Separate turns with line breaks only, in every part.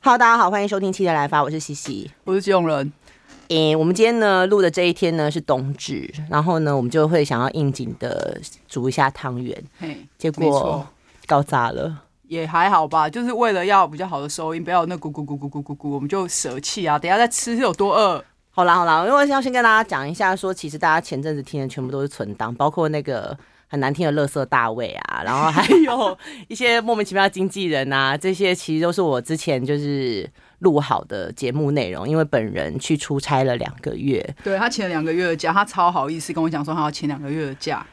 Hello，大家好，欢迎收听《七点来发》，我是西西。
我是用人，
诶、我们今天呢录的这一天呢是冬至，然后呢我们就会想要应景的煮一下汤圆，
嘿，
结
没
果
错
搞砸了。
也还好吧，就是为了要比较好的收音，不要有那咕咕咕咕咕咕咕，我们就舍弃啊。等一下再吃是有多饿？
好啦好啦，因为要先跟大家讲一下说其实大家前阵子听的全部都是存档，包括那个很难听的“乐色大卫” 啊，然后还有一些莫名其妙的经纪人啊，这些其实都是我之前就是录好的节目内容，因为本人去出差了两个月，
对他请了两个月的假，他超好意思跟我讲说他要请两个月的假。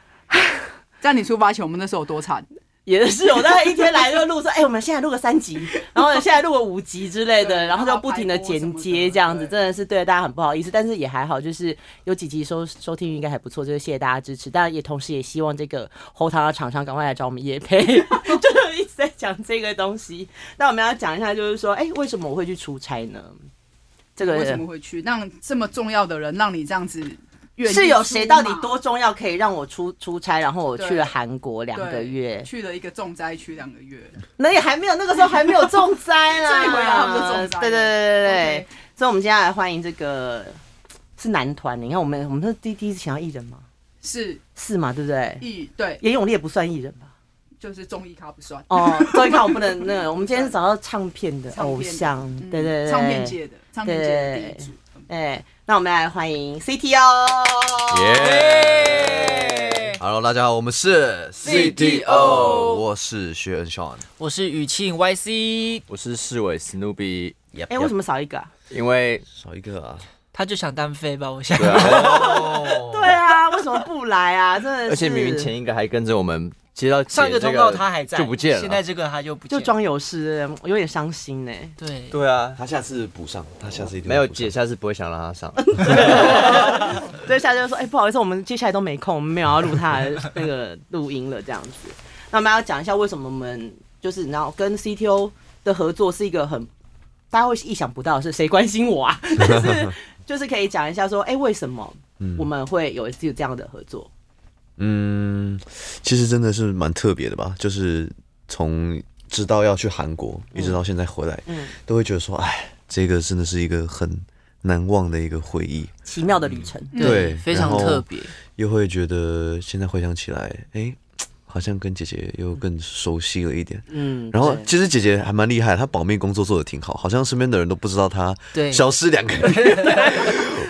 在你出发前，我们那时候有多惨？
也是我大概一天来就录说，哎、我们现在录个三集，然后现在录个五集之类的，
对
然后就不停的剪接这样子，
对
真的是对大家很不好意思，但是也还好，就是有几集收收听率应该还不错，就是谢谢大家支持，但也同时也希望这个喉糖的厂商赶快来找我们叶 配，就是一直在讲这个东西。那我们要讲一下，就是说，哎、为什么我会去出差呢？这
为什
个
么会去让这么重要的人让你这样子愿意
是有谁
出
到底
马
多重要，可以让我出出差，然后我去
对
了韩国两个
对
月，
去了一个重灾区两个月？
那也还没有，那个时候还没有重灾啦。
这一回啊他们就重灾了
对对对对对。
OK
所以，我们接下来欢迎这个是男团的。你看，我们我们是第第一次请到艺人嘛，
是
是嘛？对不对？
一对，
严永烈不算艺人吧？
就是综艺咖不 算，
哦，周一看我不能那个，我们今天是找到唱片的
唱片
偶像，
嗯
对对对，
唱片。界的唱片界的第一组。
哎，那我们来欢迎 CT 哦。哎
耶 Hello，大家好，我们是
CTO
我是薛恩 Sean，
我是雨庆 YC，
我是市委 Snoopy，
哎，为什么少一个啊？
因为
少一个啊，
他就想单飞吧，我想。
对啊，
对啊，为什么不来啊？真的是，
而且明明前一个还跟着我们接到
上一个
这
通告他还在，
就不见了，
现在这个他就不见
就
了
装有事，我有点伤心呢。
对，
对啊，
他下次补上，他下次一定
没有
解
姐，下次不会想让 他上，
对，下次就说：“哎、不好意思，我们接下来都没空，我们没有要录他的那个录音了，这样子。”那我们要讲一下为什么我们就是你知道跟 CTO 的合作是一个很大家会意想不到的是谁关心我啊？ 但是就是可以讲一下说，哎、为什么我们会有一次有这样的合作？
嗯，其实真的是蛮特别的吧，就是从知道要去韩国，一直到现在回来，
嗯
都会觉得说，哎，这个真的是一个很难忘的一个回忆，
奇妙的旅程，
对
非常
然后
特别。
又会觉得现在回想起来，哎，好像跟姐姐又更熟悉了一点。
嗯，
然后
对
其实姐姐还蛮厉害，她保密工作做的挺好，好像身边的人都不知道她
对
消失两个月。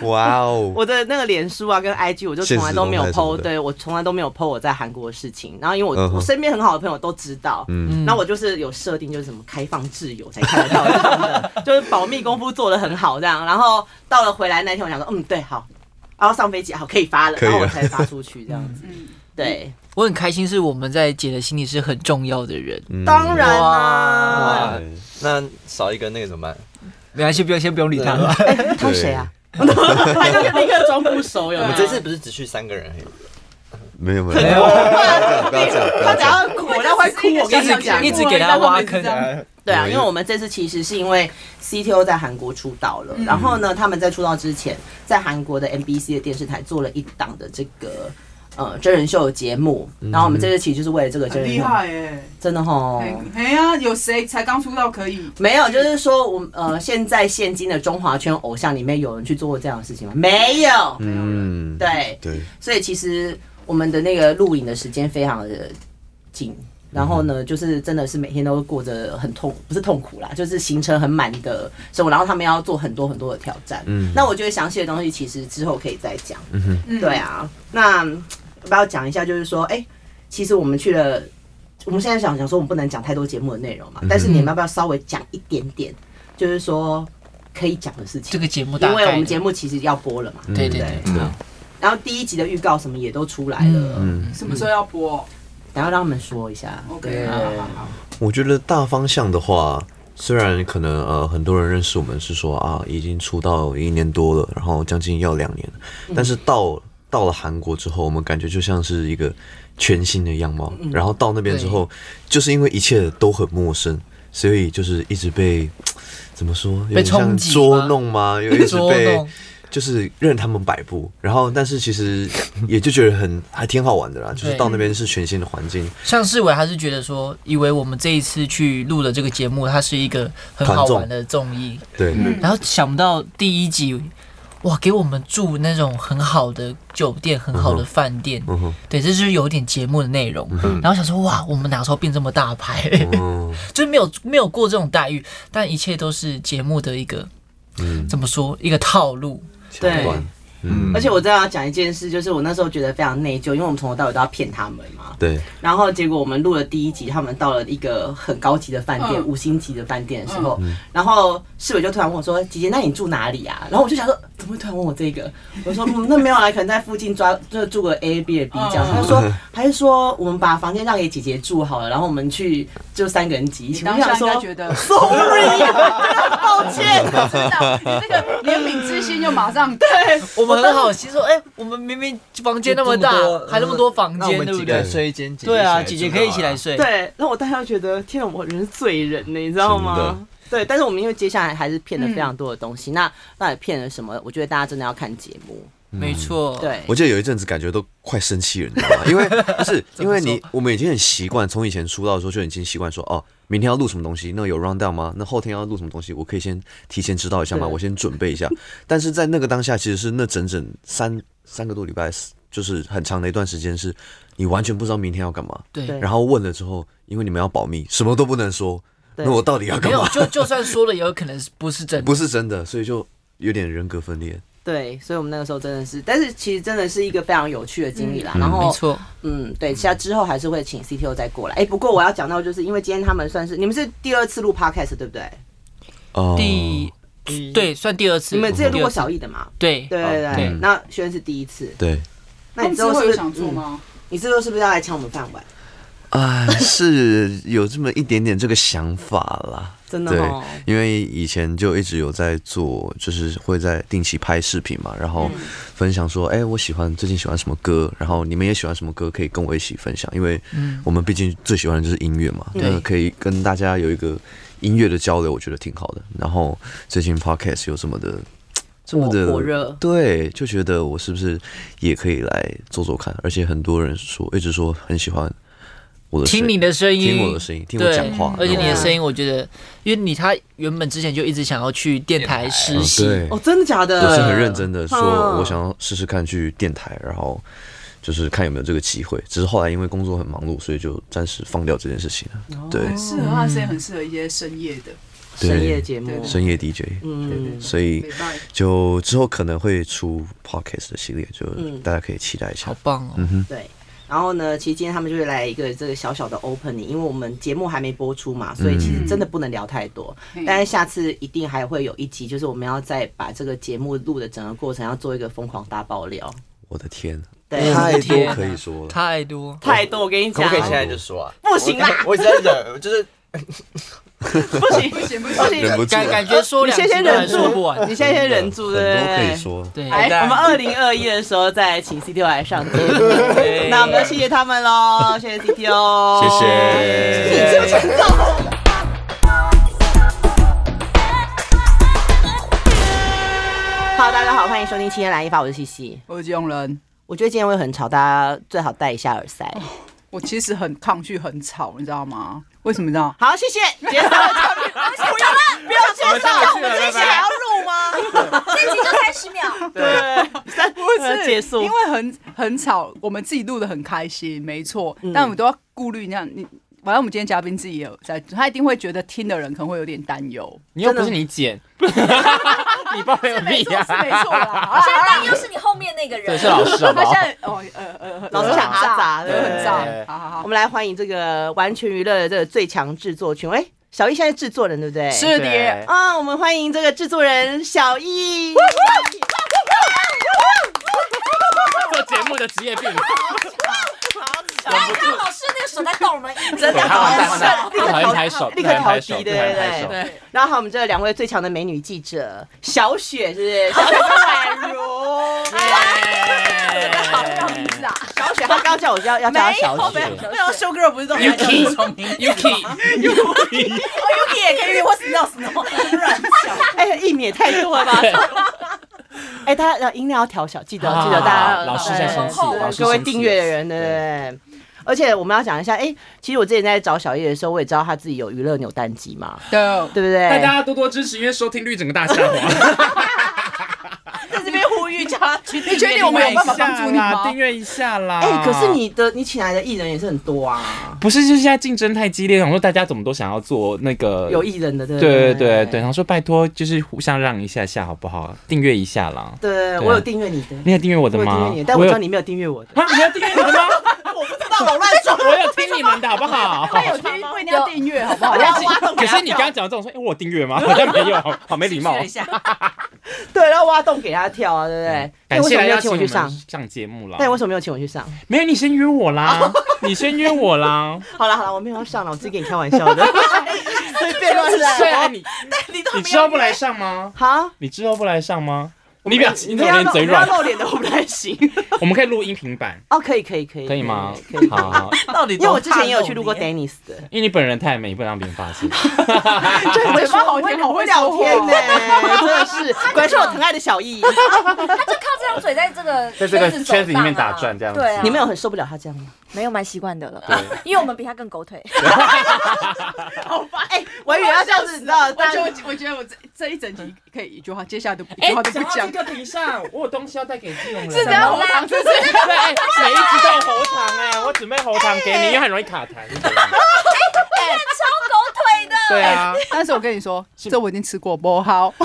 哇哦！
我的那个脸书啊跟 IG，我就从来都没有
现实动态什
PO，
么的
对我从来都没有 PO 我在韩国的事情。然后因为我、
嗯哼
我身边很好的朋友都知道，嗯，然后我就是有设定就是什么开放自由才看得到，真的 就是保密功夫做的很好这样。然后到了回来那天，我想说，嗯，对，好，然后上飞机好可以发了，
可以啊
然
了
后我才发出去这样子。
嗯，
对，
我很开心，是我们在姐的心里是很重要的人。
嗯
当然啦、
啊
哇，那少一个那个怎么办？
没关系，不用先不用理他了。
他是谁啊？ 他就立刻装不熟，有
我
啊
没有？
们这次不是只去三个人而已吗？
没有没有，不要不要这样，不
他
要
只
这样。
要哭，他会哭。我跟你讲，
一直给他挖坑
对啊，
对
因为我们这次其实是因为 CTO 在韩国出道了，然后呢，他们在出道之前，在韩国的 MBC 的电视台做了一档的这个呃真人秀的节目，然后我们这次其实就是为了这个真
很
人
厉
秀，
害哎、
真的吼。
欸！哎呀、有谁才刚出道可以？
没有，就是说，我们呃，现在现今的中华圈偶像里面有人去做过这样的事情吗？没有，
嗯，
对，
对，
所以其实我们的那个录影的时间非常的紧，然后呢，就是真的是每天都过着很痛，不是痛苦啦，就是行程很满的生活，然后他们要做很多很多的挑战。嗯，那我觉得详细的东西其实之后可以再讲。
嗯
对，啊，那嗯要不要讲一下？就是说，哎、其实我们去了。我们现在想想说，我们不能讲太多节目的内容嘛，但是你们要不要稍微讲一点点，就是说可以讲的事情？
这个节目大
因
概的，
为我们节目其实要播了嘛，
对
不
对
嗯
对，好
然后第一集的预告什么也都出来
嗯
了，
什么时候要播
然后让他们说一下。
？OK，
对
好好好。
我觉得大方向的话，虽然可能呃很多人认识我们是说啊已经出道一年多了，然后将近要两年了，
嗯
但是到到了韩国之后，我们感觉就像是一个全新的样貌。
嗯
然后到那边之后，就是因为一切都很陌生，所以就是一直被怎么说，有
被
点像
冲击吗
捉弄吗？有一直
捉
被
弄。
就是任他们摆布，然后但是其实也就觉得很还挺好玩的啦，就是
对
到那边是全新的环境，
像世伟还是觉得说，以为我们这一次去录的这个节目，它是一个很好玩的综艺，
对，
然后想不到第一集，哇，给我们住那种很好的酒店、很好的饭店，
嗯 哼，
对，这就是有点节目的内容。然后想说，哇，我们哪时候变这么大牌？
嗯，
就是没有没有过这种待遇，但一切都是节目的一个，
嗯
怎么说，一个套路。
对
好玩，嗯，
而且我真的要讲一件事，就是我那时候觉得非常内疚，因为我们从头到尾都要骗他们嘛。
对，
然后结果我们录了第一集，他们到了一个很高级的饭店，
嗯
五星级的饭店的时候，然后世伟就突然问我说：“姐姐，那你住哪里啊？”然后我就想说，怎么会突然问我这个？我说：“嗯，那没有啊，可能在附近抓就住个 A B 的
嗯
B 这样。”他就说：“还是说我们把房间让给姐姐住好了，然后我们去就三个人集一
你
起。”我
当
就
下
想
应
说
该觉 得
：“Sorry，抱歉。”
知道，你这个怜悯之心就马 上对，
我们很好心说，哎、我们明明房间那么大，还那么多房
那我
间，
们
对不
几个人
对？
睡一间，姐姐
对啊，
一起来
姐姐
住就
可以一
好
起
了
来。睡。
对，然后我当下就觉得，天啊，我人是罪人呢，你知道
真
吗
的？
对，但是我们因为接下来还是骗了非常多的东西，那到底骗了什么？我觉得大家真的要看节目。
没错。，
对，
我记得有一阵子感觉都快生气了，你知 道吗？因为不是因为你，我们已经很习惯，从以前出道的时候就已经习惯说，哦，明天要录什么东西，那有 round down 吗？那后天要录什么东西，我可以先提前知道一下吗？
对
我先准备一下。 但是在那个当下，其实是那整整三三个多礼拜，就是很长的一段时间，是你完全不知道明天要干嘛。
对
对
然后问了之后，因为你们要保密，什么都不能说，
对
那我到底要
没
干
有
嘛？
就就算说了，也有可能是不是真的。
不是真的，所以就有点人格分裂。
对，所以我们那个时候真的是，但是其实真的是一个非常有趣的经历啦。然
没
后，
错，
嗯，对，现在之后还是会请 CTO 再过来。哎，不过我要讲到，就是因为今天他们算是你们是第二次录 podcast 对不对？
哦，
第对算第二次，
你们之前录
第
过
二次
小易的嘛？
对
对对对
嗯
对，
那轩是第一次，
对，
那你之后是
会
不
有
是
想做
嗯
吗？
你之后是不是要来抢我们饭碗？
啊，是有这么一点点这个想法啦。
真的
对
哦，
因为以前就一直有在做，就是会在定期拍视频嘛，然后
嗯
分享说，哎、我喜欢最近喜欢什么歌，然后你们也喜欢什么歌，可以跟我一起分享，因为
嗯
我们毕竟最喜欢的就是音乐嘛，
对
那可以跟大家有一个音乐的交流，我觉得挺好的。然后最近 podcast 有这么的。这么的
火火热
对，就觉得我是不是也可以来做做看？而且很多人说，一直说很喜欢我的声
听你的声音，
听我的声音，听我
对
讲话，
而且你的
然后
声音，我觉得，因为你他原本之前就一直想要去电台实
嗯
习，
对
哦，真的假的？
我是很认真的说
嗯，
我想要试试看去电台，然后就是看有没有这个机会。只是后来因为工作很忙碌，所以就暂时放掉这件事情
哦
了。对，
适
嗯
合啊，声音很适合一些深夜的，
深夜
对
节目，
对
深夜 DJ，
嗯
所以
没办 法
就之后可能会出 podcast 的系列，就
嗯
大家可以期待一下
好。棒
嗯
哦！
对。然后呢，其实今天他们就会来一个这个小小的 opening，因为我们节目还没播出嘛，所以其实真的不能聊太多。
嗯
但是下次一定还会有一集，就是我们要再把这个节目录的整个过程要做一个疯狂大爆料。
我的天，
对，
太
哦天
多
哪
可以说了。
太多，
太多，我跟你
可
讲
啊
不，可以现在就说啊？
不行啦
我一直在忍，就是
不行
不行不
不
行，
行
忍，不啊住
感
了，
感觉说
你
两
先
集
先
都还
忍住
说不，完。
你先先忍住，
很
对
多可
不
以
对？
说。
对，
哎
我们二零二一的时候再请 CTO 来上节目，那我们就谢谢他们喽，谢谢 CTO，
谢哦谢，
Hello，大家好，欢迎收听《七天来一发》，我是西西。
我是用人。
我觉得今天会很吵，大家最好戴一下耳塞。
我其实很抗拒很吵，你知道吗？为什么你知道？
好，谢谢。结束了，不要不要介绍，我们这一期还要录吗？
这集就三十 秒，
对，三不
不是
结束
因，为很很吵，我们自己录的很开心，没错，但我们都要顾虑那样你。反正我们今天嘉宾自己也有在，他一定会觉得听的人可能会有点担忧，
你又不是你剪，你抱有
没
屁
错是没
啊！
错啦。啊
现在担忧是你后面那个人
对，。是啊老
啊
师好不
他
好
现？在哦呃呃，
老师想阿杂
对，
对
很炸
对，
好好
我
好，
们来欢迎这个完全娱乐的这个最强制作群。哎，小易现在是制作人对不对？
是的，
对
啊，我们欢迎这个制作人小易。
做节目的职业病，
哎，刚好是那个手在动我们椅子
真的
他
好
好
像
像他
立刻
好
调
像抬手，
立刻调
抬手，
低，对
对抬
对
手。
对。然后还有我们这两位最强的美女记者小雪，是不是？小雪宛如，
哎
哎好有意思啊！
小雪她刚刚叫我叫要叫她小雪，
没
那
有
个修 girl 不是都
Yuki，Yuki，
哦，Yuki 也可以，我死闹死闹。
哎，一米也太多了吧？ 哎，大家音量要调小，记得
啊
记得大家
老师
对
在生气
对
老师
各位
生气
订阅的人，对对对。而且我们要讲一下，哎，其实我之前在找小叶的时候，我也知道他自己有娱乐扭蛋机嘛，
的，
对不对？
大家多多支持，因为收听率整个大下 滑。
在这边呼吁叫他 去订阅
你确定我们有办法帮助你吗
订？阅一下啦！
哦哎、可是你的你请来的艺人也是很多啊，
不是就是现在竞争太激烈，想说大家怎么都想要做那个
有艺人的，对不
对对对
对
对，然后说拜托，就是互相让一下下好不好？订阅一下啦。
对我有订阅你的，
你有订阅我
我
的
有订阅
吗
你的，？但我
我
知
有
道 你没有订阅我的。
啊，你要订阅我的吗？
到我乱说，
我有听你们的好不好？
他有听，不一定要订阅，好不好？
可是你刚刚讲的这种说，哎，我有订阅吗？ 好像没 有，好好没礼貌
去了一。下，
对，然后挖洞给他跳啊，对不对？但
感
为什
谢
么
来
没有请
邀请
我去
们
上？
上节目啦。
但为什么没有请我去上？
没有，你先约我啦， 你先约我啦。
好了好了，我没有要上了，我只是给你开玩笑 的，随便乱
对啊，
来。
你你之后不来上吗？
好，
你之后不来上吗？你表情，你怎么
不要
脸
露
嘴
不要
软？
露脸的我不太行。
我们可以录音频版，
哦，可以可以可以，
可以吗
可以？可以
好好，好
到底
因为我之前也有去录过 Dennis 的，
因为你本人太美，不能让别人发 现。
对，嘴巴好甜，好会
聊
聊
天呢
天呢。，
真的是，果然是我疼爱的小易。
他就靠这张嘴在这个
在这个
圈子
圈子里面
走荡啊
打转这样子
对啊，
你们有很受不了他这样吗？
没有蛮习惯的了，因为我们比他更 狗腿。
哎，我以为要这样子，你知道，
我
大
觉
家
得我觉得我这这一整集可以一句话，接下来都一句话都不讲。
个评上，我有东西要带给基隆人。
哦是这样，我讲这是
对，哎每一集都有喉糖哎，我准备喉糖给你，因为很容易卡痰。
超狗腿的，
对啊，
但是我跟你说，这我已经吃过，不好。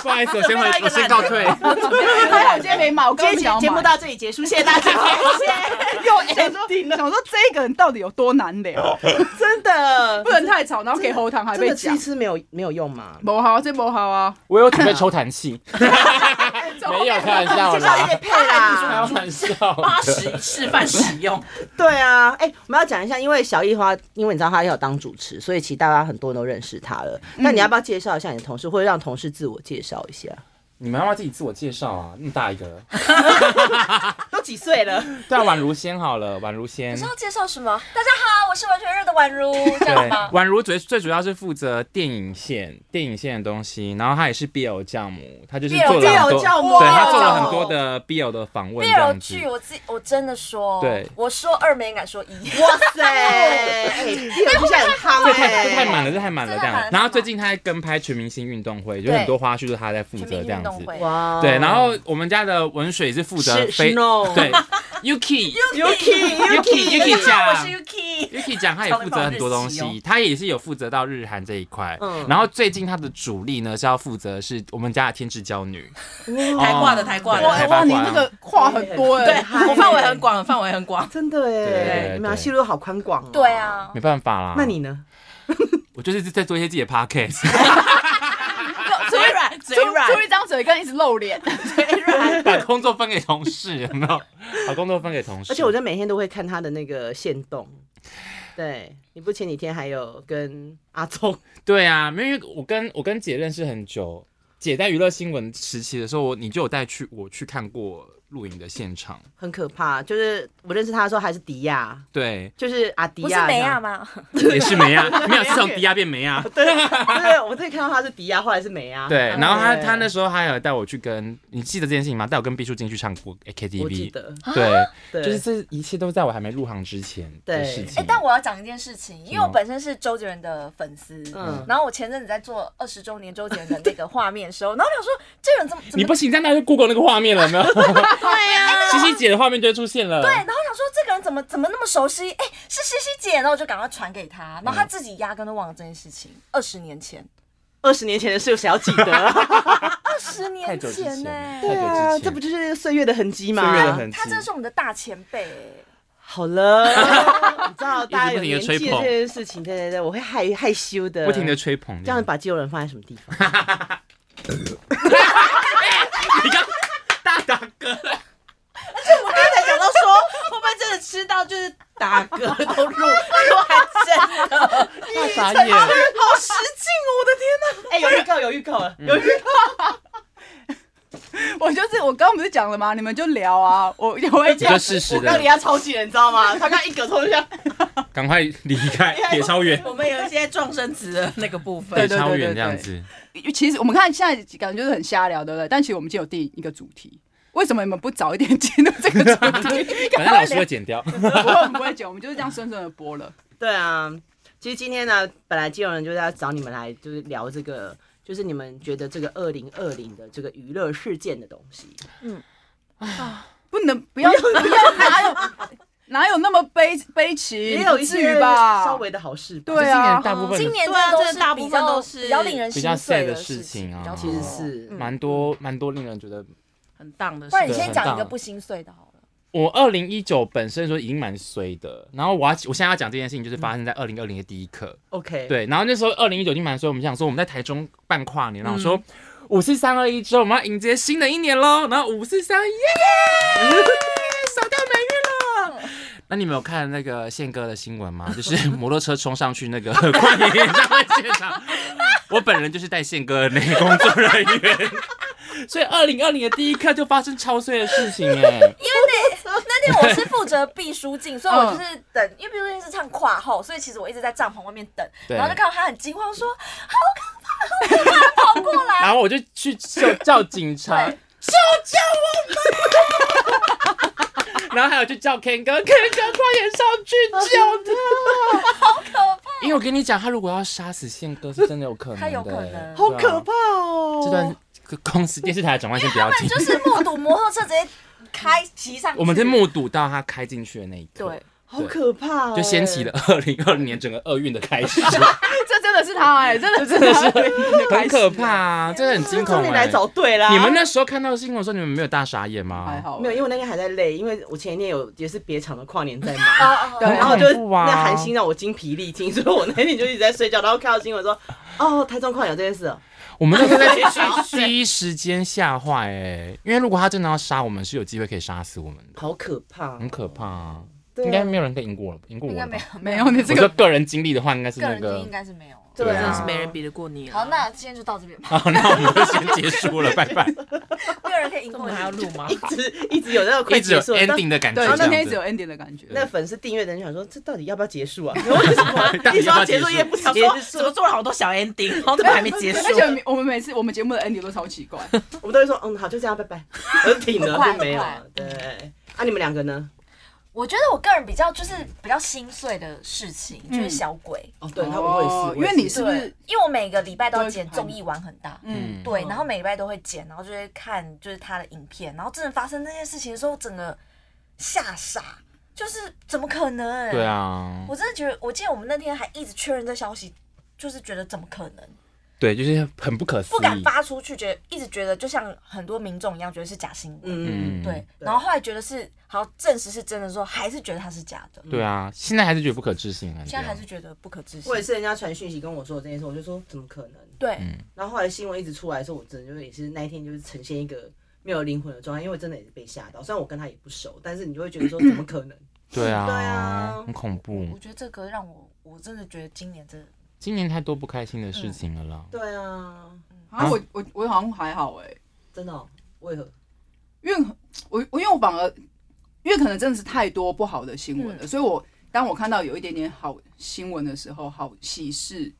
不好意思，我先回，我先告退。
还好今天没买，我
今
刚刚
天
想
节节目
买。
到这里结束，谢谢大 家，
又想说，想说这个人到底有多难聊，
真的
不能太吵，然后给喉糖还
真
被
的吃
讲
一。吃没有没有用吗？
不好，这不好啊！
我有准备抽痰 器，没有开玩笑
介绍叶
啦，
配啦。
开玩笑。
八十示范使用，
对啊，哎、我们要讲一下，因为小易花，因为你知道她要当主持，所以其实大家很多人都认识她了。那你要不要介绍一下你的同事，或者让同事自我介绍一下？
你们要不要自己自我介绍啊？那么大一个了，
都几岁了？
对啊，宛如先好了，宛如先
你知。道介绍什么？大家好，我是完全热的宛如，这
对
样吗，？
宛如最最主要是负责电影线、电影线的东西，然后她也是 BL 教母，她就是
BL
做了很多，
教母教母哦
对她做了
哇
很多的 BL 的访问，
第
这
二
样子。
句我自己我真的说，
对
我说二没人敢说一，
哇塞，哎、第二句现在很夯
这
哎、
太这太满了，这太满了
这
这
太满
样
了。
然后最近他在跟拍全明星运动会，就
对
很多花絮都是他在负
全
责
民
这样
运
子
动。会，哦
哇哦
对，然后我们家的文水是负责
是
飞，
Snow
对 Yuki
Yuki
Yuki
Yuki，
Yuki
我
讲
是 Yuki，
Yuki 讲，他也负责很多东
超棒日哦
西，他也是有负责到日韩这一块
嗯。
然后最近他的主力呢是要负责是我们家的天之娇女，
哦
台挂的台挂
对
的，
哇
太八卦
哇，
了
你那个话很多哎
对，，我范围很广，范围很广。
真的哎、
对对对
你们俩戏路好宽广、哦。
对，啊，
没办法啦。
那你呢？
我就是在做一些自己的 podcast，
嘴软，嘴
出
软，
出一张嘴跟一直露脸，
把工作分给同事，有没有？把工作分给同事。
而且我觉得每天都会看他的那个线动。对，你不前几天还有跟阿聪，
对啊，没有，因为我跟我跟姐认识很久，姐在娱乐新闻时期的时候，我你就有带去我去看过录影的现场，
很可怕。就是我认识他的时候还是迪亚，，
对
就是阿迪
不是
亚，
梅亚吗？
也是梅亚，没有啊是从迪亚变梅亚，
对，对，我最近看到他是迪亚，后来是美
啊
亚。
对，然后他
啊对
他那时候还有带我去跟你记得这件事情吗？带我跟毕书尽去唱过哎
我记
KTV，
得，
对，
对，
就是这一切都在我还没入行之前的
对
事
哎、
情。
但我要讲一件事情，因为
什
我
么
本身是周杰伦的粉丝，
嗯
然后我前阵子在做二十周年周杰伦的那个画面的时候，然后我想说，这人怎么怎
你
么
不行，在那就 Google 那个画面了，有没有？
对呀、
西西姐的画面就会出现了。
对，哎然后我想说这个人怎么怎么那么熟悉？哎、是西西姐，然后我就赶快传给她，然后她自己压根都忘了这件事情。二十年前，
二十年前的事，谁要记得啊？
二十
太
年
久之前
前呢、
了，
欸，
太久之前了，
这不就是岁月的痕迹吗？
岁月的痕迹
她真的是我们的大前辈、欸。
好了， 你知道大家有
一
年纪
直不停地吹
的
捧
这件事情，对对对，我会害害羞的，
不停的吹捧，
这样把肌肉人放在什么地方？
大大 哥。
我刚才想到说，会不会真的吃到就是打嗝都入， 说还真的，
大傻 眼，
好实劲哦！我的天哪，
嗯
哎，有预告，有预告了，有预告。
我就是我刚刚不是讲了吗？你们就聊啊，我我会
你
讲
就。适时
我刚离
的
他超级远，你知道吗？他刚一个冲向，
赶快离开，别超远，
我们有一些撞生词的那个部分
对
别，
对
超远这样子。
其实我们看现在感觉就是很瞎聊，对不对？但其实我们已经有定一个主题。为什么你们不早一点进入这个主题？
反正老师会剪掉。
不会，我们不会剪，我们就是这样顺顺的播了。
对啊，其实今天呢，本来金融人就是要找你们来，就是聊这个，就是你们觉得这个二零二零的这个娱乐事件的东西。
不能不要不要哪有哪有那么悲悲情，
也有
不
一
至
些
于吧？
稍微的好事吧，
对
今年
啊，
大部分
今
的
年
对啊
真的都
真
是
的大部
比
分
较
都是
比较令人
比较
心碎
sad 的
事
事情啊
比较
其实
心碎
是
嗯
蛮多蛮多令人觉得，
很荡的事
不然你
对
先
很
讲一
大
个
了
不心碎的好了。
我二零一九本身说已经蛮衰的，然后我要我现在要讲这件事情就是发生在二零二零的第一刻，
OK，
对，然后那时候二零一九已经蛮衰，我们想说我们在台中办跨年，然后我说五四三二一之后我们要迎接新的一年喽，然后五四三耶，扫掉霉运了。那你们有看那个宪哥的新闻吗？就是摩托车冲上去那个 跨年演唱会现场，我本人就是带宪哥的那个工作人员。所以，二零二零的第一刻就发生超衰的事情哎、
那 天我是负责毕书尽，所以
嗯
我就是等，因为毕书尽是唱跨后，所以其实我一直在帐篷外面等，
对
然后就看到他很惊慌说：“好可怕，好可怕！”跑过来，
然后我就去叫叫警察，救救 我们！然后还有去叫 Ken 哥，Ken 哥快点上去救他！因为我跟你讲，他如果要杀死宪哥，是真的有可能的，
他有可能
好可怕
对啊！
哦！
这段公司电视台的转换先不要听，
就是目睹摩托车直接开骑上去，
我们在目睹到他开进去的那一刻，
对，
好可怕哦！
就掀起了二零二零年整个厄运的开 始，
这真的是他哎、真的
真的是很可怕啊，真的很惊
终
恐
于
哎
来找对啦！
你们那时候看到新闻的时候，你们没有大傻眼吗？
还好，
没有，因为我那天还在累，因为我前一天有也是别厂的跨年 在忙，
哦
对，
然
然
后
后
就
很恐怖啊
那韩星让我精疲力尽，所以我那天就一直在睡觉，然后看到新闻说，哦，台中跨年有这件事哦，
我们那时候在第一时间吓坏哎，因为如果他真的要杀我们，是有机会可以杀死我们的，
好可怕
很，可怕、啊。
对啊
应该没有人可以赢过我，赢过我
应该
了
没
吧
有？
没有你这
我说
个
个人经历的话，应该是
个
那
人
个
应。 该是没有了。
对
对
啊，
啊
真的是没人比得过你
好，
了。
那今天就到这边吧，
好，哦那我们就先结束了，拜拜。
没有人可以赢
那我
过我
们还要录吗
一？直 一直有那个快
一直
结
有
束了，但
ending 嗯的感觉，
对，
这
那天一
样
直有
子。
ending 的感觉，
那粉丝订阅的人想说，这到底要不要结束 啊？然后为什么
到
一说
底
要
要不要
结束
结束
也不想
结
说，
怎么做了好多小 ending，然后都还没结 束
啊而。且我们每次我们节目的 ending 都超奇 怪，
我们都会说，嗯，好，就这样，拜拜，我就停了，
快
就没有了
快。
对，啊，你们两个呢？
我觉得我个人比较就是比较心碎的事情，
嗯
就是小鬼，
哦，对，他我也
哦
是，
因为你是不是
对，因为我每个礼拜都要
都会
剪
看
综艺玩很大，
嗯，
对，然后每个礼拜都会剪，然后就会看就是他的影片，然后真的发生那件事情的时候，整个吓傻，就是怎么可能？
对，啊，
我真的觉得，我记得我们那天还一直确认这消息，就是觉得怎么可能，
对，啊就是很不可思
不敢
议。
发出去，觉得一直觉得就像很多民众一样，觉得是假新闻。
嗯，
嗯，
对，然后后来觉得是好证实是真的之后，还是觉得他是假的，
对啊，现在还是觉得不可置信啊。
现在还是觉得不可置信
我。也是人家传讯息跟我说这件事，我就说怎么可能？
对，
嗯
然后后来新闻一直出来的时候，我真的就是也是那一天就是呈现一个没有灵魂的状态，因为我真的也是被吓到。虽然我跟他也不熟，但是你就会觉得说怎么可能？
对
对
啊
啊，
很恐怖
我。觉得这个让我我真的觉得今年真的
今年太多不开心的事情了啦。
对啊，
啊，我我我好像还好哎、
真的、哦，为何？
因为我我因为我反而因为可能真的是太多不好的新闻了，所以我当我看到有一点点好新闻的时候，好喜事，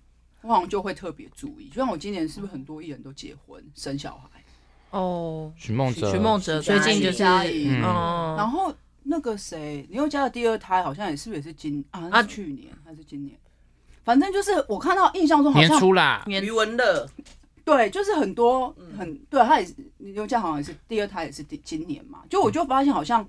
我好像就会特别注意。就像我今年是不是很多艺人都结婚生小孩？
哦，
许梦哲，
许梦哲最近就是，
嘉怡，
嗯
嗯，
然后那个谁，林宥嘉的第二胎好像也是不是也是今啊？
啊
是去年还是今年？反正就是我看到印象中好
年
像
初啦，
年
余文
嗯
乐，
对，就是很多很对，他也是林宥嘉好像也是第二胎也是第今年嘛，就我就发现好像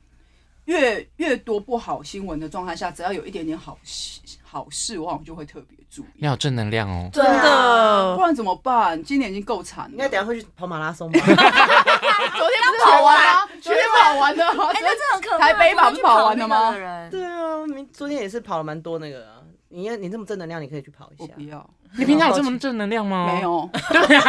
越越多不好新闻的状态下，只要有一点点好事好事，我好像就会特别注意，
要有正能量哦。
真
真
不
的
然怎么办？今年已经够惨
啊应
了啊
该，等一下会去跑马拉松吧？
昨天不是跑完了，昨天跑完的吗，
哎、那这很可怕。
台北跑
跑
不是跑完了吗
对啊，明昨天也是跑了蛮多那个、啊。你要你这么正能量，你可以去跑一
我
下
不。要，
你平常有这么正能量吗？
没。有，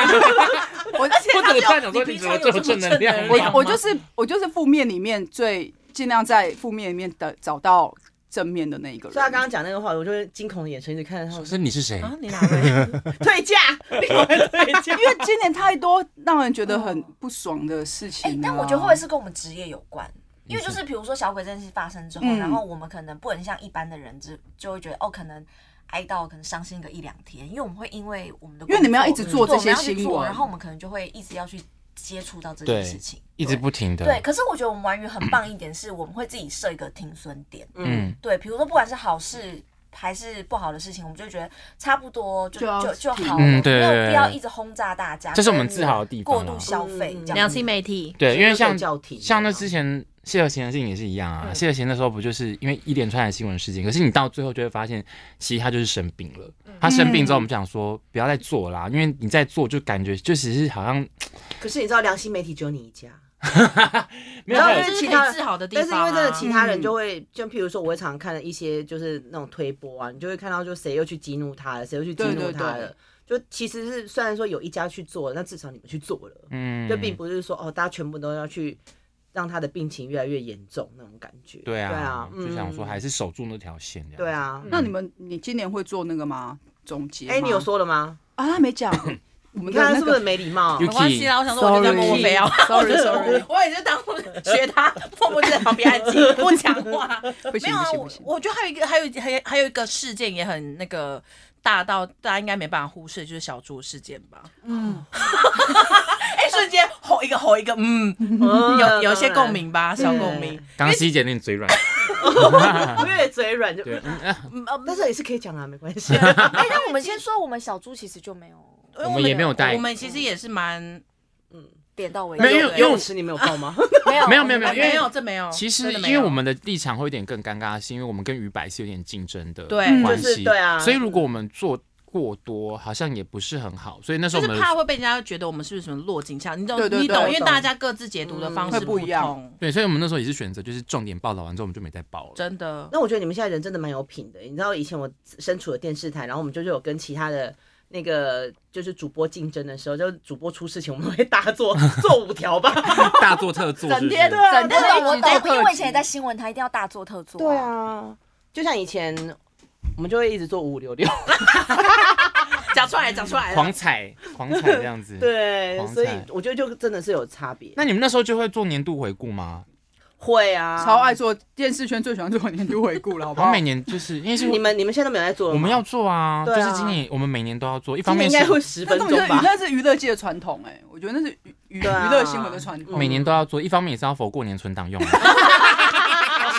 我我怎么突然想说你怎么这么正能量？啊
你平常有这么正能量
我我就是我就是负面里面最尽量在负面里面的找到正面的那一个人。
所以他刚刚讲那个话，我就会惊恐的眼神一直看着他，我
可
说
是你是谁？
啊，你哪位？
退价，另外退价
因。为今年太多让人觉得很不爽的
哦
事情、
哎、
啊
但我觉得会不会是跟我们职业有关？因为就是比如说小鬼这件事发生之后，
嗯
然后我们可能不能像一般的人就就会觉得哦，可能哀悼，可能伤心个一两天，因为我们会因为我们的工作，
因为你们要一直做
对
这些
我们要去
新
做
闻
然后我们可能就会一直要去接触到这件事情，
一直不停的。
对对。可是我觉得我们玩鱼很棒一点是，我们会自己设一个停损点，
嗯，
对，比如说不管是好事。还是不好的事情，我们就觉得差不多就
就要
就就
停
好了，
嗯对
没有
对
必要
对
一直轰炸大家，
这是我们
跟
自豪的地方
过
啊
度消费
嗯
这样
良
子。
心媒体，
对，因为像
教题，
像那之前谢和弦的事情也是一样啊，谢和弦那时候不就是因为一连串的新闻事情，可是你到最后就会发现，其实他就是生病了。他生病之后，我们就想说不要再做啦，因为你再做就感觉就只是好像
可是你知道良心媒体只有你一家，
没有
然后
还
这
就
就
有
是
其
可
他
以治好的地
但
方、啊。
是因为真的其他人
嗯
就会，就譬如说，我会常看一些就是那种推播啊，你就会看到就谁又去激怒他了，谁又去激
对
怒
对
他
对
了。就其实是虽然说有一家去做了，那至少你们去做了，
嗯
就并不是说哦，大家全部都要去让他的病情越来越严重那种感觉。
对
对
啊
啊，，
就想说
嗯
还是守住那条线这样。
对，啊。
嗯
那你们你今年会做那个吗？总结吗？
哎，你有说了吗？
啊？他没 讲，我
你
们的
看他
那
是不是
个
很没礼貌啊
有？
没关系啦，我想说我就在默默飞啊
Sorry，
我就
sorry
我也是当学他，默默就在旁边安 静不讲 话。
不
没
行不
有啊，
行
我
不行，
我觉得还有一个，还有一还有还有一个事件也很那个大到大家应该没办法忽视，就是小猪事件吧。嗯， 哎，瞬间吼一个吼一个，嗯，
嗯
有有些共，鸣吧，小共鸣。
刚刚西姐那嘴软，
当然越嘴软就，
对，嗯
嗯呃
但是也是可以讲啊，没关 系。
哎、那我们先说，我们小猪其实就没有
因为
我们也没有带
我们其实也是蛮
点到为止，
没有因为因为
游
我
泳池你没有报吗？
没有
没有没有没有
哎
因为
没有这没有，
其实
真的
因
没
为
有
我们的立场会有点更尴尬，是因为我们跟于白是有点竞争的
对
关
就
系，
是对啊
所以如果我们做过多，好像也不是很好，所以那时
就
候
是
我们
怕会被人家觉得我们是不是什么落井下，你懂
对对
你
对
懂，
我
因为
懂
大家各自解读的方式
会不一样
同，
对，所以我们那时候也是选择，就是重点报道完之后，我们就没再报了。
真的。
那我觉得你们现在人真的蛮有品的。你知道以前我身处的电视台，然后我们就是有跟其他的那个就是主播竞争的时候，就是主播出事情，我们会大做做五条 吧。
大做特做，是不是
天整
我懂我
天在
懂，因为以前也在新闻台一定要大做特做、
对，啊，就像以前我们就会一直做五五六六。
讲出来，讲出来了。
狂踩狂踩这样子。，
对
狂，踩
所以我觉得就真的是有差别。
那你们那时候就会做年度回顾吗？
会啊，
超爱做电视圈最喜欢做年度回顾了，好不
我
好
们每？年就是因为 是
你们你们现在都没有在做了
我
吗
们要做啊，就
对啊
是今年我们每年都要做，一
今
方
年
面
应
是
该会十
那
分
根
钟
本就是娱
吧。
那是娱乐界的传统哎，我觉得那是娱娱娱
对啊
乐新闻的传统。
每年都要做，一方面也是要否过年存档用的。啊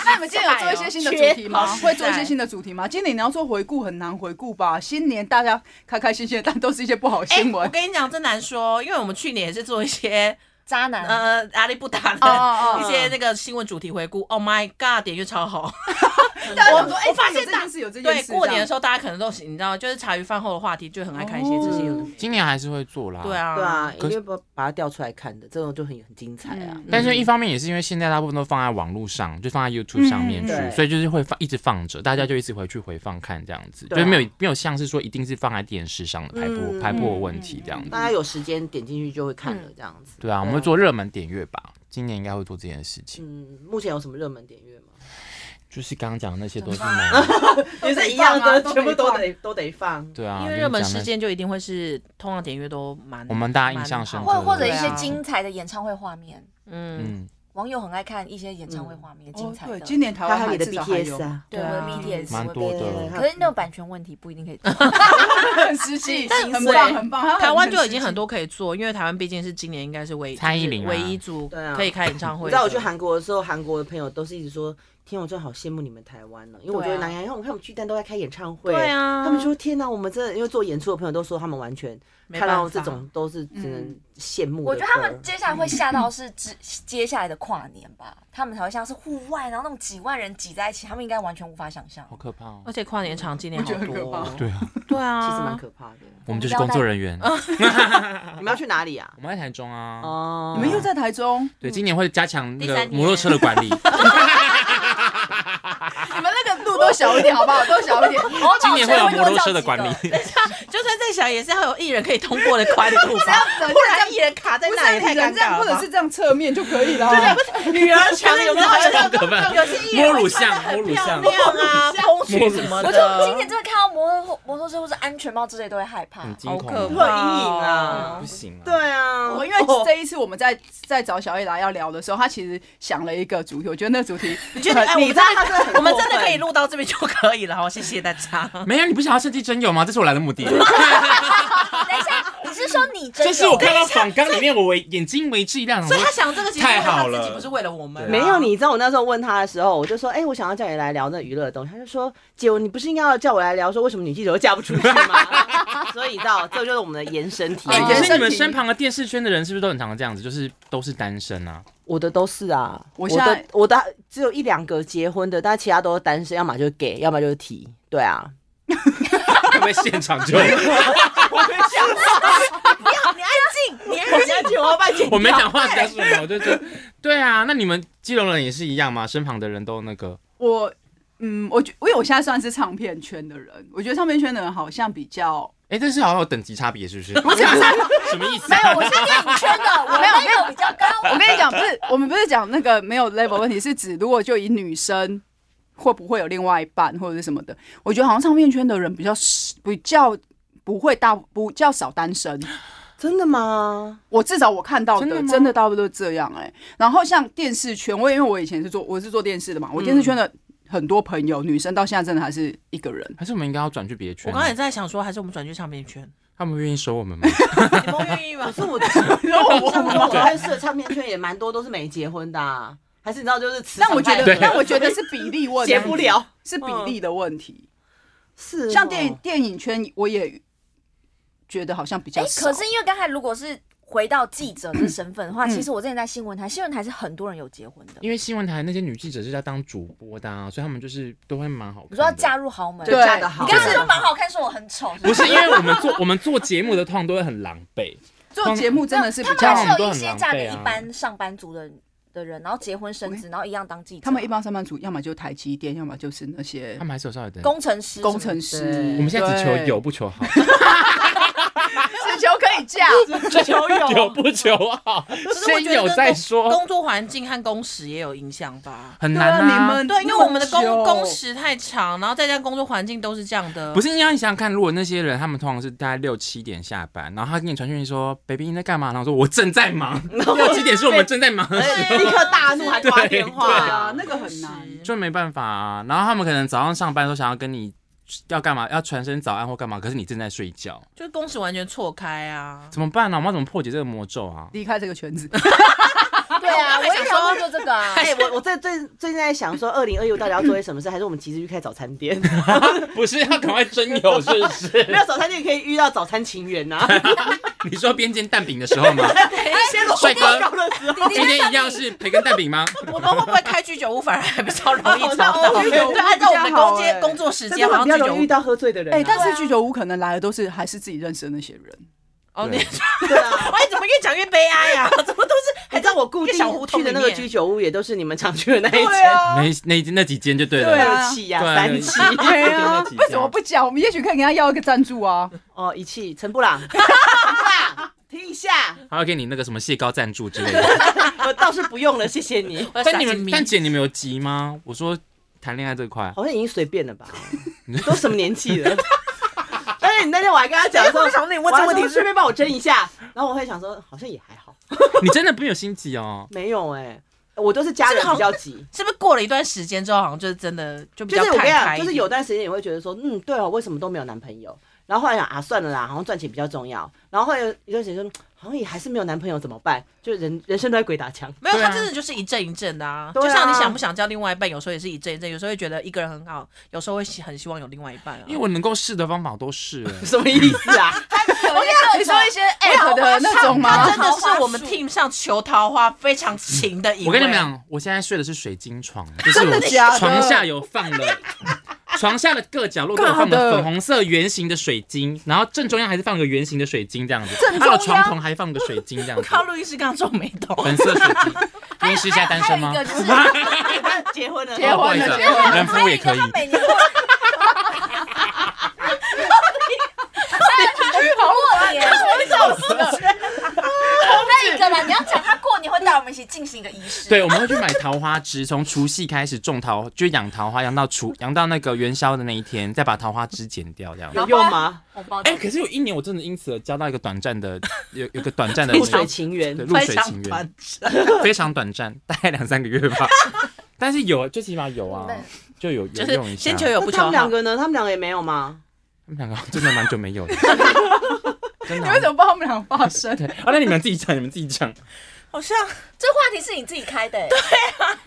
那你们今年有做一些新的主题吗？
缺
会做一些新的主题吗？今年你要做回顾很难回顾吧？新年大家开开心心的，但都是一些不好的
哎、
新
我
闻。
跟你讲，真难说，因为我们去年也是做一些
渣男，
呃阿里不达
哦哦
的
哦
一些那个新闻主题回顾。Oh my god，点阅超好。
大家想说
我
哎
我发现
有这
大
件事有这件
对，
事。
过年的时
候，
候大家可能都你知道，就是茶余饭后的话题，就很爱看一些
哦
这些有的。
今年还是会做啦。
对。啊，
对，啊，
可
因
是嗯
为把把它调出来看的，这种就很很精彩啊。
但是，一方面也是因为现在大部分都放在网络上，就放在 YouTube 上面去，
嗯对
所以就是会放一直放着，大家就一直回去回放看这样子，
对啊
就没有没有像是说一定是放在电视上的排播、
嗯
排播的问题这样子。
大家有时间点进去就会看了，这样子。
对啊，我们会做热门点阅吧，今年应该会做这件事情。
嗯，目前有什么热门点阅吗？
就是刚刚讲的那些都 是吗？
也是一
放
样
啊
的，
都
全部
得
都
放
得都得放。
对啊，
因为
就是
热门
讲那
事件就一定会是通常点阅都蛮
我们大家印象深刻
蛮
或
好的
或者一
对
些
啊
精彩的演唱会画面，
嗯，
嗯，
网友很爱看一些演唱会画面，嗯精
哦
彩
对，
的。
今年台湾
还有你的
至少还
BTS
有
啊，
对，我嗯
对
的
啊
BTS
蛮
我的
多的
BTS 可是那种版权问题不一定可以做。
很实际，
但
很
是
棒很棒。它
台湾就
很
已经很多可以做，因为台湾毕竟是今年应该是唯
蔡依林啊
唯一组
对啊
可以开演唱
你
会
知
的。
道我去韩国的时候，韩国的朋友都是一直说：“天，我真的好羡慕你们台湾呢、因为我觉
对啊
得南洋，因为我看我们巨蛋都在开演唱会，
对啊，
他们说天哪，我们真的因为做演出的朋友都说他们完全
没
看
办
到这
法
种都是只能羡慕的歌。
我觉得他们接下来会吓到是接接下来的跨年吧，他们才会像是户外，然后那种几万人挤在一起，他们应该完全无法想象
好。可怕哦
而。且跨年场今年
我
好
觉得很
多
可怕
哦，
对啊，
对啊，
其实蛮可怕的。
我们就是工作 人员。
哦
我
你们要去哪里啊？
们在台中啊。
哦，
你们又在台中，
对，今年会加强那
第哦
个
三年
摩托车的管理。
你们那个路
都小 一点，好不好？都小一点。。
哦
今年会有摩托车的管理，
就算再小，也是要有艺人可以通过的宽度吧
人
不然艺人卡在
不
那
是
也太
你
尴
人这样，
尬
或
了
者
吧
是。这样侧面就可以了啊。
女儿墙有没有？
更 可怕。
有些艺人
摸乳
会穿得
像
很
摸乳
漂
像
亮啊，蓬裙什么
我就今
的，
年真的看到摩托摩托车或是安全帽之类都会害怕。
很惊
好可
恐
怕，
会有阴影啊
不行啊。
对啊，
哦
我因为这一次我们在在找小叶来要聊的时候，他其实想了一个主题，我觉得那主题
你觉得？哎，我
你
们
知道
真的
他真的很
我们
过
真的
分
可以录到这边就可以了，好，谢谢大家。
没有，你不想要设计真友吗？这是我来的 目的。
等一下，你是说你真
这
有？
是我看到仿纲里面，我为眼睛为之一亮。
所以
我
他想这个其实
太好
他
了
自己不是为了我们啊，
没有，你知道我那时候问他的时候，我就说，哎、我想要叫你来聊那娱乐的东西。他就说，姐，你不是应该要叫我来聊说为什么女记者都嫁不出去吗？ 所以你知道，这就是我们的延伸体
哎可
验。
是你们身旁的电视圈的人是不是都很常这样子？就是都是单身啊？
我的都是啊，
我
我
现在
的我的只有一两个结婚的，但其他都是单身，要么就是 gay，要么就是 T。对啊，
会不会现 场就？
你安静，你安
我现在我要办
我没讲话讲什
哎
么，我就觉得对啊。那你们基隆人也是一样吗？身旁的人都那个
我嗯，我觉因为我现在算是唱片圈的人，我觉得唱片圈的人好像比 较
哎、但是好像有等级差别，是不是？不
啊
是， 什么意思、啊？
我是电影 圈的，我
没有
没有比较高。
我跟你讲，不是我们不是讲那个没有 level 问题，是指如果就以女生会不会有另外一半或者是什么的，我觉得好像唱片圈的人比较少比较不会大不较少单身。
真的吗？
我至少我看到的
真的
真
吗
的大部分都这样哎、然后像电视圈，我也因为我以前是做我是做电视的嘛，我电视圈的很多朋友、女生到现在真的还是一个人。
还是我们应该要转去别的圈？
我刚才也在想说，还是我们转去唱片圈，
他们愿意收我们吗？
你们愿意吗？
是我，像我认识的唱片圈也蛮多都是没结婚的、啊，还是你知道就是磁场
但我觉
太
得，
对
但我觉得是比例问 题，
结不了，
是比例的问题。
是哦
像电影电影圈，我也觉得好像比较
哎，
少。
可是因为刚才如果是回到记者的身份的
嗯
话，其实我之前在新闻台，新闻台是很多人有结婚的。
因为新闻台那些女记者是在当主播的、啊，所以他们就是都会蛮好看的。
你说要嫁入豪门，
对
嫁得好，
你刚刚说蛮好看，说我很丑，
不是因为我们做我们做节目的通常都会很狼狈，
做节目真的是比
他
较
们
他
还
们
是
都
有一
很
些
狼
嫁给
狈
一
啊
般上班族的的人，然后结婚生子，然后一样当记者。
他们一般上班族，要么就台积电，要么就是那些
他们还是有稍微的。
工程师什么的，
工程师。
对
我们现在只求
对
有，不 求好，
只求可以嫁。
求 有不求好，
就是我
先
觉得
有
工
再说，
工作环境和工时也有影响吧。
很
对啊
难
你
啊。
们
对，因为我们的
那
工
么久
工时太长，然后再加上工作环境都是这样的。
不是，因为你想想看，如果那些人他们通常是大概六七点下班，然后他给你传讯息说：“baby 你在干嘛？”然后我说：“我正在忙。”六七点是我们正在忙的时
哎 立
候，
刻大怒，还挂电话，
对啊，那个很难。
就没办法啊。然后他们可能早上上班都想要跟你要干嘛，要传声早安或干嘛，可是你正在睡觉，
就是工时完全错开啊。
怎么办呢、我们要怎么破解这个魔咒啊？
离开这个圈子，
对啊，我也想
说
要做这个啊。
哎、我我在最最近在想说，二零二一到底要做些什么事，还是我们急着去开早餐店？
不是要赶快真有，是不
没
是？
有早餐店可以遇到早餐情缘呐、啊。
你说边煎蛋饼的时候吗？帅
啊
高
哥，
的时候，
今天一样是培根蛋 饼吗？
我们会不会开居酒屋反而还比较容 易找到？
哦居酒屋
对，按照我们的工
比较好
间
欸
哎
工作时
真
间，
的
好
会
像
比较
居
容
酒
易
屋
遇。到喝醉的人、啊。
哎，但是居酒屋可能来的都是还是自己认识的那些人，
哦，你
对
对啊。
哎，怎么越讲越悲 哀呀？怎么都是
还知道我固定
一个小胡
去
同里
的
面
那个居酒屋，也都是你们常去的那
啊
一间，
那那那几间就对了。
对啊
二期呀、
对
三期，
对
啊
啊，为什么不讲？我们也许可以跟他要一个赞助 啊。
哦，一期陈布朗， 陈布朗，听一下，
还要给你那个什么蟹膏赞助之类的。
我倒是不用了，谢谢你。
但你们，但姐你们有急吗？我说谈恋爱 这块，
好像已经随便了吧？都什么年纪了？但是你那天我还跟他讲说，
哎想你问这个问题
我还说顺便帮我争一下，然后我会想说，好像也还好，
你真的不有心急哦。
没有哎、我都是家人比较急。
是不是过了一段时间之后，好像就是真的就比
就
较
是我跟
看
你
开
讲，
一点？
就是有段时间也会觉得说，嗯，对哦，为什么都没有男朋友？然后后来想啊，算了啦，好像赚钱比较重要。然后后来有一段时间说，嗯好像也还是没有男朋友怎么办？就人人生都在鬼打墙。
没有，
对啊
他真的就是一阵一阵的啊。
对啊
就像你想不想交另外一半，有时候也是一阵一阵，有时候会觉得一个人很好，有时候会喜很希望有另外一半啊。
因为我能够试的方法我都试了，
什么意思啊？
啊我
你说一些 app 的那种
他
吗
真？的是我们 team 上求桃花非常勤的一 位。
我跟你们，讲，我现在睡的是水晶床，就是
真
我
的假的
床下有放了 床下的各角落都有放了粉红色圆形的水晶，然后正中央还是放个圆形的水晶这样子，他的床头还放个水晶这样
我
子，
看到路易斯刚刚皱眉头，
粉色水晶。你是下单身吗
还？有一个就是
结婚了，
结
不好
婚
意思
了，
啊
结婚了，
人夫也可以
他。每年过年，我走失了。 那一个啦，你要讲他过年会带我们一起进行一个仪式。
对，我们会去买桃花枝，从除夕开始种桃，就养桃花，养到除养到那个元宵的那一天，再把桃花枝剪 掉，这样。
有用 吗？
红包
哎、可是有一年我真的因此而交到一个短暂的，有有个短 暂的
露水情缘
对，露
非
水
常
情缘
短，，
非常短暂，大概两三个月吧。 但是有，最起码有啊，就有
就
有用一
是
下。
先求有不
那他
求
们两
好。
个呢？他们两个也没有吗？
他们两个真的蛮久没有的，真的
你为什
啊。
么帮他们俩发声？
对，啊，那你们自己讲，你们自己讲。
好像
这话题是你自己开的、欸，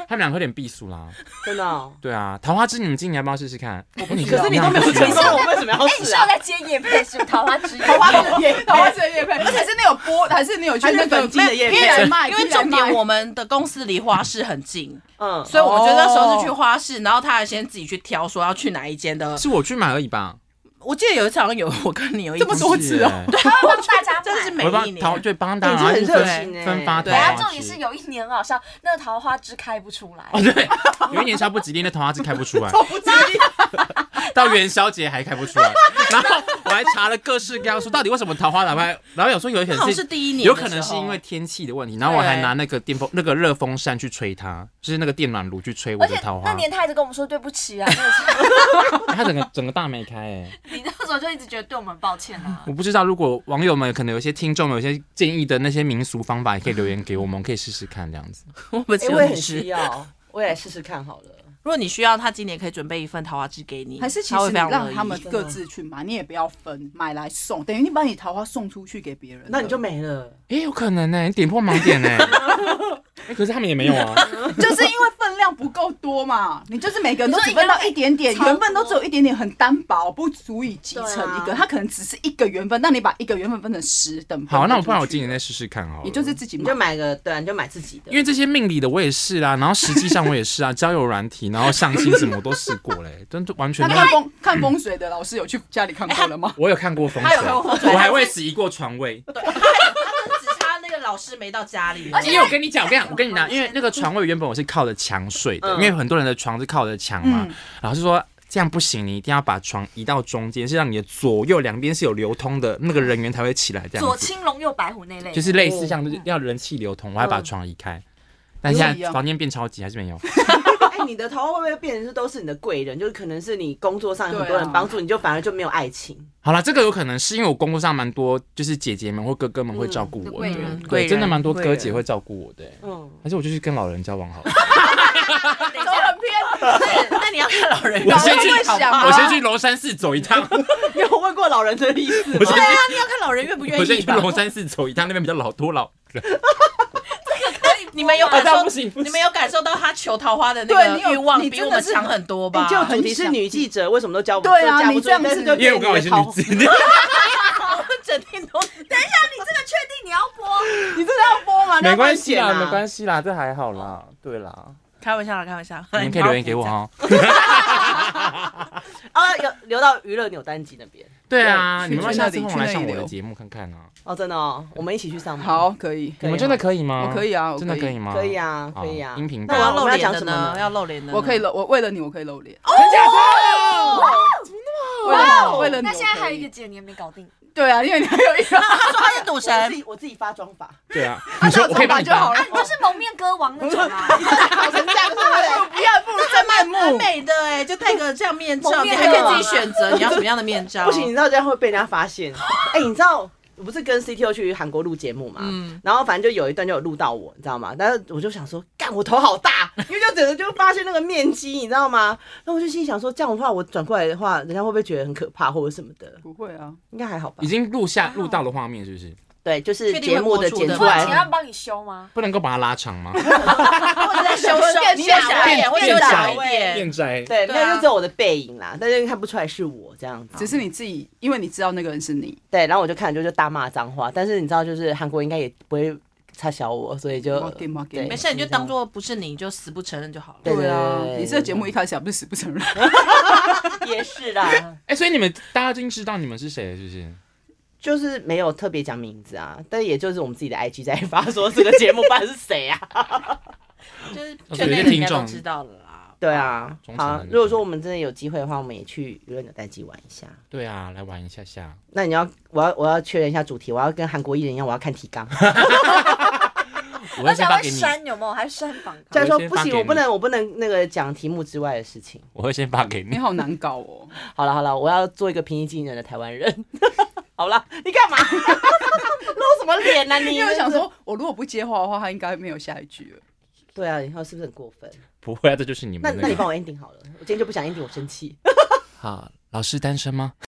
他们两个有点避暑啦。
真的哦。
对啊，桃花枝，你们今年要不要试试看？我
可
不
是你都没有成功，我为什么要
哎、你
死
是
啊
要？在接夜配是不是桃花之夜？
桃花的夜
桃花枝叶配，而且是那有播，还是你有去
还是
那个
粉晶的叶
依
片
然卖，
因为
依然
重点
卖
我们的公司离花市很近，
嗯，
所以我觉得那时候是去
哦
花市，然后他还先自己去挑，说要去哪一间的。
是我去买而已吧。
我记得有一次好像有我跟你有一
这么多
是
次哦，
欸，
他会帮大家
真的是每
买。
我
一
帮桃
年。
对帮
你
大
已经
家
很
去
热
分
情哎，
分发桃
对
对啊，
花
重点是
枝。
有一年很好笑，那个桃花枝开不出来，
哦，对，有一年超不吉利，那桃花枝开不出 来，到元宵节还开不出来。然后我还查了各式各样说，到底为什么桃花打开？然后有说有一可
好
能
像是第一年的时
有
候，
可能是因为天气的问题。然后我还拿那个电风那个热风扇去吹它，就是那个电暖炉去吹我
而
的
且
桃
那
花，
年他一直跟我们说对不起啊，真 的是
哎它整个整个大没开哎。
你那时候就一直觉得对我们抱歉啊。
我不知道，如果网友们可能有一些听众们有些建议的那些民俗方法，也可以留言给我们，我们可以试试看这样子。
我
哎
们只
我
有
也
你
很需
吃。
要，我也来试试看好了。
如果你需要，他今年可以准备一份桃花枝给你，
还是其
他
实
会
你
非常
让
乐意
他们各自去买，你也不要分，买来送，等于你把你桃花送出去给别人了，
那你就没了。
哎，有可能呢，你点破盲点 呢。哎，可是他们也没有啊。
就是因为分量不够多嘛，你就是每个人都
你说
只分到一点点，
一个人
原本都只有一点点，很单薄，不足以集成一
对
个，
啊
它可能只是一个缘分，那你把一个缘分分成十等份
好，那我
分
不然我
出去
今年再试试看好了。
也就是自己
你
买
就。买个，对啊，你就买自己的。
因为这些命理的我也是啦，然后实际上我也是啊，交友软体，然后相亲什么我都试过嘞， 真的完全
那
都。
看风看风水的老师有去家里看过了吗？
我有看过风水，我还为此移过床位。
只差那个老师没到家里，
而且
因为我跟你讲，我跟你讲，我跟你讲，因为那个床位原本我是靠着墙睡的，
嗯
因为很多人的床是靠着墙嘛，
嗯
然后就说这样不行，你一定要把床移到中间，是让你的左右两边是有流通的，那个人员才会起来这
左
样子，
青龙右白虎那
哎
类的，
就是类似像就是要人气流通，我还把
嗯
床移开，但现
一
在
样
房间变超级还是没有。
哎、你的桃花会不会变成是都是你的贵人？就是可能是你工作上有很多
对啊
人帮助，你就反而就没有爱情。
好啦，这个有可能是因为我工作上蛮多，就是姐姐们或哥哥们会照顾我的，
嗯贵人
贵
对，
人
真的蛮多哥姐会照顾我的、
嗯，
还是我就去跟老人交往好了。
走很 偏。那你要看 老人，
我先去
老人会想吗
我先去龙山寺走一 趟，
你有问过老人的意思
我
吗
先？
对啊，你要看老人愿不愿
我先
意
去
吧。
龙山寺走一趟，那边比较老多老人。
你们有感
啊这样
受
不行不？行
你们有感受到他求桃花的那
对你
个
有
欲望
你
比
真
我
的
们
是
强很多
你
吧？
哎就很你是女记者，为什么都教不
对啊
都教不
你
出
这样
但是
子
就
因为我刚
变
好
你
也
的
是
桃
女
花，
子，
整天都
哦
等一下，你这个确定你要播？
你真的要播吗？
没关 系啦，没
系。
关系啦，这还好啦，对啦，
开玩笑啦，开玩笑。
你们可以留言给我哦。
啊，有留到娱乐扭蛋机那边
对啊，
去
你们要不要下次
去那里
空来上
去那里
我的
留
节目看看啊，
哦，真的哦，我们一起去上班。
好，，可以。
可以
你
吗
们真的可以吗？
我可以啊我可以
真的可以吗？
可以啊，
好
可以啊。
音频
那
我
我要
要露
我要
脸
讲
的
什么
呢？
呢？
要露脸的呢，
我可以露，我为了你，我可以露脸。为
哇
了
哦
为了你，
那现在
我可
还有
以
一个姐你还没搞定，
对啊，因为你还有一个，
他说他是赌
我自
神，
己我自己发妆法，
对 啊，你说我可以帮你
就好
发
了
啊，。你就是蒙面歌王那种 啊，
搞 成这样是不是？
不要，不如再卖
蛮
木。
美的哎，就戴个这样面罩，
蒙
你
面
还可
的
以自己选择你要什么样的面罩。
不行，你知道这样会被人家发现。哎、你知道我不是跟 CTO 去韩国录节目嘛？然后反正就有一段就有录到我，你知道吗？但是我就想说，干我头好大，因为就整个就发现那个面积，你知道吗？然后我就心里想说，这样的话我转过来的话，人家会不会觉得很可怕或者什么的？
不会啊，
应该还好吧
已？经录下录到的画面是不是？
对，就是
确定
节目
会播
的
出
剪
的
出
吗
请他
来
们。帮你修吗？
不能够把它拉 长吗？
或者再修瘦，你也小一点，或者修小一点。
窄。
对，
对
没
啊
有就只有我的背影啦，但是看不出来是我这样子。啊
只是你自己，因为你知道那个人是你。
对，然后我就看就就大骂脏话，但是你知道，就是韩国应该也不会差小我，所以就
没给没给
对
没
没事，你就当
是这样
做不是你，你就死不承认就好了。
对对
啊
对，
你这个节目一开始还不是死不承认？
也是啦，
哎，所以你们大家已经知道你们是谁了，是不是？
就是没有特别讲名字啊，但也就是我们自己的 IG 在发说这个节目办是谁 啊。
就是
哦
圈内
有一个
的
听
应该都
众
知道了啦。
对啊
忠，诚的
好
女，生
如果说我们真的有机会的话，我们也去娱乐扭蛋机玩一下。
对啊，来玩一下下。
那你要，我要，我要确认一下主题，我要跟韩国艺人一样，我要看提 纲。
而
我会
且
先发
还
给
会
你，
删有没有？还删榜
虽然说
我先
不
发
行，
给
我不
你
能，我不能那个讲题目之外的事情。
我会先发给
你
你。
好难搞哦，
好了好了，我要做一个平易近人的台湾人。 好了，你干嘛？ 露什么脸呢、啊？你
因为我想，说，我如果不接话的话，他应该没有下一句了。
对啊，以后是不是很过分？
不会啊，这就是你
那
们
那
那
你帮
个。
我 ending 好了，我今天就不想 ending，我生气。
好，老师单身吗？